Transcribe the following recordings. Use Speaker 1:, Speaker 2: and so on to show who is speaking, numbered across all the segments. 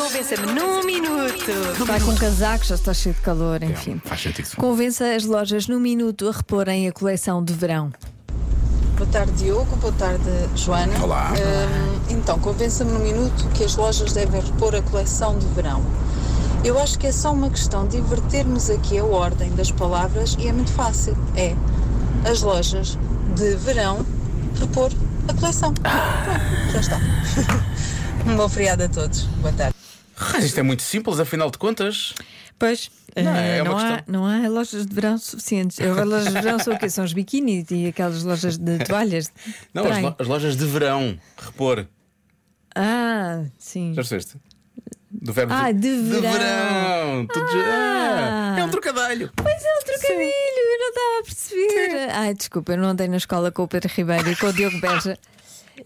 Speaker 1: Convença-me num minuto.
Speaker 2: Está com casaco, já está cheio de calor, enfim.
Speaker 3: Então, Faz sentido.
Speaker 2: Convença as lojas no minuto a reporem a coleção de verão.
Speaker 4: Boa tarde, Diogo. Boa tarde, Joana.
Speaker 3: Olá.
Speaker 4: Hum, então, convença-me num minuto que as lojas devem repor a coleção de verão. Eu acho que é só uma questão de invertermos aqui a ordem das palavras e é muito fácil. É as lojas de verão repor a coleção.
Speaker 3: Ah,
Speaker 4: Pronto, já está. um bom feriado a todos. Boa tarde.
Speaker 3: Mas isto é muito simples, afinal de contas.
Speaker 2: Pois.
Speaker 3: Não,
Speaker 2: eh,
Speaker 3: é uma
Speaker 2: não há,
Speaker 3: questão.
Speaker 2: não há lojas de verão suficientes. Eh, As lojas de verão são o quê? São os biquínis e aquelas lojas de toalhas.
Speaker 3: Não, as,
Speaker 2: Praia.
Speaker 3: lo- as lojas de verão, repor.
Speaker 2: Ah, sim.
Speaker 3: Já percebeste? Do verbo
Speaker 2: Ah, de verão.
Speaker 3: verão. Tudo ju-
Speaker 2: Ah.
Speaker 3: Ah, é um trocadilho.
Speaker 2: Mas é um trocadilho, eu não estava a perceber. Ai, desculpa, eu não andei na escola com o Pedro Ribeiro e com o Diogo Beja.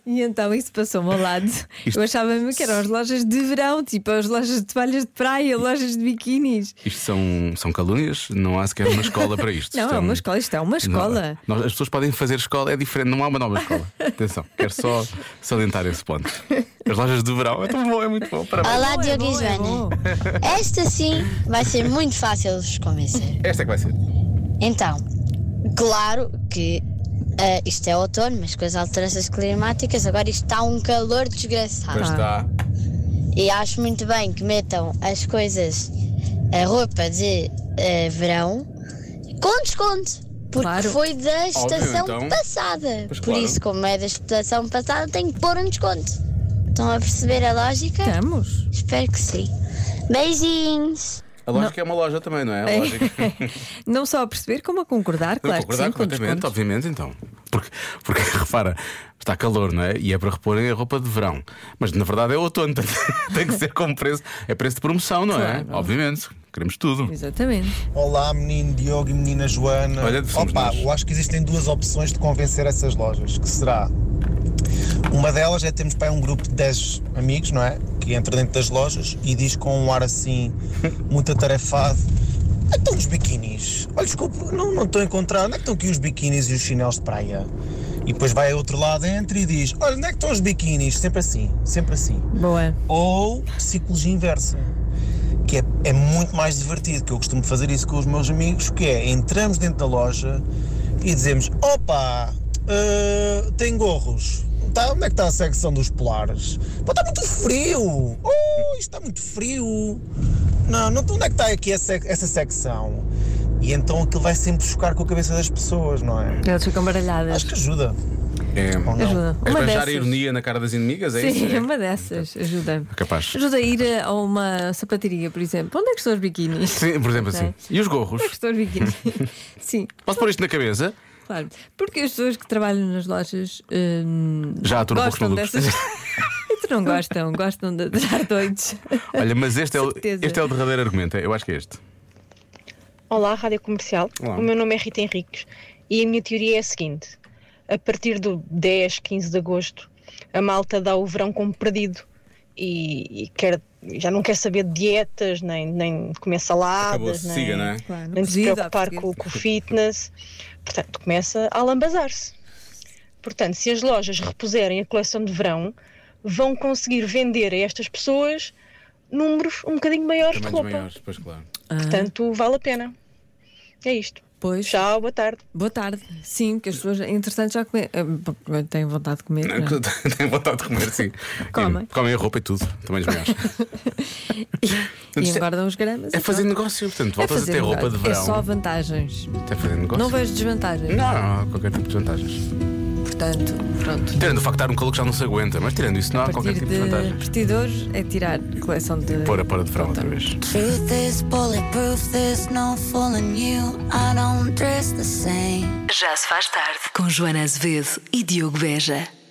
Speaker 2: E então isso passou-me ao lado.
Speaker 3: Isto-
Speaker 2: Eu achava-me que eram as lojas de verão, tipo as lojas de toalhas de praia, lojas de biquinis.
Speaker 3: Isto são, são calúnias, não há sequer uma escola para isto.
Speaker 2: Não,
Speaker 3: Isto
Speaker 2: é uma
Speaker 3: um-
Speaker 2: escola, isto é uma escola.
Speaker 3: Não, nós- as pessoas podem fazer escola, é diferente, não há uma nova escola. Atenção, quero só salientar esse ponto. As lojas de verão é tão bom, é muito bom. Parabéns.
Speaker 5: Olá, Diogo
Speaker 2: É
Speaker 5: e
Speaker 2: bom, é
Speaker 5: Joana.
Speaker 2: bom.
Speaker 5: Esta sim vai ser muito fácil de vos convencer.
Speaker 3: Esta é que vai ser.
Speaker 5: Então, claro que ah, isto é outono, mas com as alterações climáticas agora isto está um calor desgraçado.
Speaker 2: Ah.
Speaker 3: Pois está.
Speaker 5: E acho muito bem que metam as coisas, a roupa de eh, verão, com desconto. Porque
Speaker 2: Claro.
Speaker 5: foi da estação
Speaker 3: então.
Speaker 5: passada.
Speaker 3: Pois
Speaker 5: Por
Speaker 3: claro.
Speaker 5: isso, como é da estação passada, tem que pôr um desconto. Estão a perceber a lógica?
Speaker 2: Tá. Estamos.
Speaker 5: Espero que sim. Beijinhos!
Speaker 3: A lógica é uma loja também, não é? A lógica.
Speaker 2: Não só a perceber, como a concordar,
Speaker 3: Eu
Speaker 2: claro
Speaker 3: concordar
Speaker 2: que sim, com
Speaker 3: completamente,
Speaker 2: descontos.
Speaker 3: obviamente, então. Porque, porque repara, está calor, não é? E é para reporem a roupa de verão. Mas na verdade é outono, portanto, tem que ser como preço. É preço de promoção, não é?
Speaker 2: Claro.
Speaker 3: Obviamente, queremos tudo.
Speaker 2: Exatamente.
Speaker 6: Olá, menino Diogo e menina Joana.
Speaker 3: Olha, somos
Speaker 6: Opa,
Speaker 3: nós.
Speaker 6: eu acho que existem duas opções de convencer essas lojas, que será. Uma delas é termos para um grupo de 10 amigos, não é? Que entra dentro das lojas e diz com um ar assim, muito atarefado: "Ah, estão os biquinis? Olha, desculpa, não, não estou a encontrar. Onde é que estão aqui os biquinis e os chinelos de praia? E depois vai a outro lado, entra e diz: Olha, onde é que estão os biquinis? Sempre assim, sempre assim
Speaker 2: Boa.
Speaker 6: ou psicologia inversa, que é, é muito mais divertido, que eu costumo fazer isso com os meus amigos, que é entramos dentro da loja e dizemos, opa, ah, tem gorros. Tá, onde é que está a secção dos polares? Pô, está muito frio! Oh, isto está muito frio! Não, não onde é que está aqui essa, essa secção? E então aquilo vai sempre chocar com a cabeça das pessoas, não é?
Speaker 2: Eles ficam baralhadas.
Speaker 6: Acho que ajuda.
Speaker 3: É,
Speaker 6: Ou não?
Speaker 2: Ajuda.
Speaker 3: é
Speaker 2: Uma
Speaker 3: esbanjar a
Speaker 2: dessas.
Speaker 3: ironia na cara das inimigas, é isso?
Speaker 2: Sim,
Speaker 3: É.
Speaker 2: uma dessas. Ajuda.
Speaker 3: Capaz.
Speaker 2: Ajuda a ir a uma sapataria, por exemplo. Onde é que estão os biquinis?
Speaker 3: Sim, por exemplo, assim.
Speaker 2: Ok.
Speaker 3: E os gorros?
Speaker 2: Onde é que estão os biquinis? Sim,
Speaker 3: Posso pôr isto na cabeça?
Speaker 2: claro. Porque as pessoas que trabalham nas lojas hum,
Speaker 3: Já aturam com os
Speaker 2: gostam
Speaker 3: malucos.
Speaker 2: dessas. Tu não gostam, gostam de dar doidos.
Speaker 3: Olha, mas este é, o,
Speaker 2: Certeza.
Speaker 3: este é o derradeiro argumento, eu acho que é este.
Speaker 7: Olá, Rádio Comercial.
Speaker 3: Olá.
Speaker 7: O meu nome é Rita Henriques e a minha teoria é a seguinte: a partir do 10, 15 de agosto, a malta dá o verão como perdido e, e quer, já não quer saber de dietas, nem, nem de comer saladas,
Speaker 3: Acabou-se,
Speaker 7: nem,
Speaker 3: siga, não é?
Speaker 2: Claro,
Speaker 7: nem de se
Speaker 2: cozido, à
Speaker 7: preocupar
Speaker 2: portuguesa.
Speaker 7: com, com o fitness. Portanto, começa a alambazar-se. Portanto, se as lojas repuserem a coleção de verão, vão conseguir vender a estas pessoas números um bocadinho maiores de
Speaker 3: Tamanhos
Speaker 7: roupa.
Speaker 3: maiores, pois claro.
Speaker 7: Portanto, vale a pena. É isto.
Speaker 2: Pois,
Speaker 7: Tchau, boa tarde.
Speaker 2: boa tarde. Sim, que as pessoas, entretanto, já comem. eh, Têm vontade de comer. não é?
Speaker 3: Tenho vontade de comer, sim.
Speaker 2: Comem.
Speaker 3: E Comem a roupa e tudo, tamanhos maiores.
Speaker 2: E
Speaker 3: Isto é-
Speaker 2: engordam os gramas.
Speaker 3: É
Speaker 2: e
Speaker 3: fazer
Speaker 2: pronto.
Speaker 3: negócio, portanto,
Speaker 2: É
Speaker 3: voltas a
Speaker 2: fazer
Speaker 3: ter roupa de
Speaker 2: negócio.
Speaker 3: verão.
Speaker 2: É só vantagens.
Speaker 3: Até fazer negócio.
Speaker 2: Não vejo desvantagens.
Speaker 3: Não, não há qualquer tipo de vantagens.
Speaker 2: Portanto, pronto.
Speaker 3: Tirando o facto de estar um calor que já não se aguenta, mas tirando isso, não há
Speaker 2: A
Speaker 3: qualquer
Speaker 2: partir
Speaker 3: tipo de
Speaker 2: de
Speaker 3: vantagem.
Speaker 2: partidores é tirar coleção de.
Speaker 3: Pôr a pôr de verão outra vez.
Speaker 8: Truth is bulletproof, there's no fooling you. I don't dress the same.
Speaker 1: Já se faz tarde com Joana Azevedo e Diogo Beja.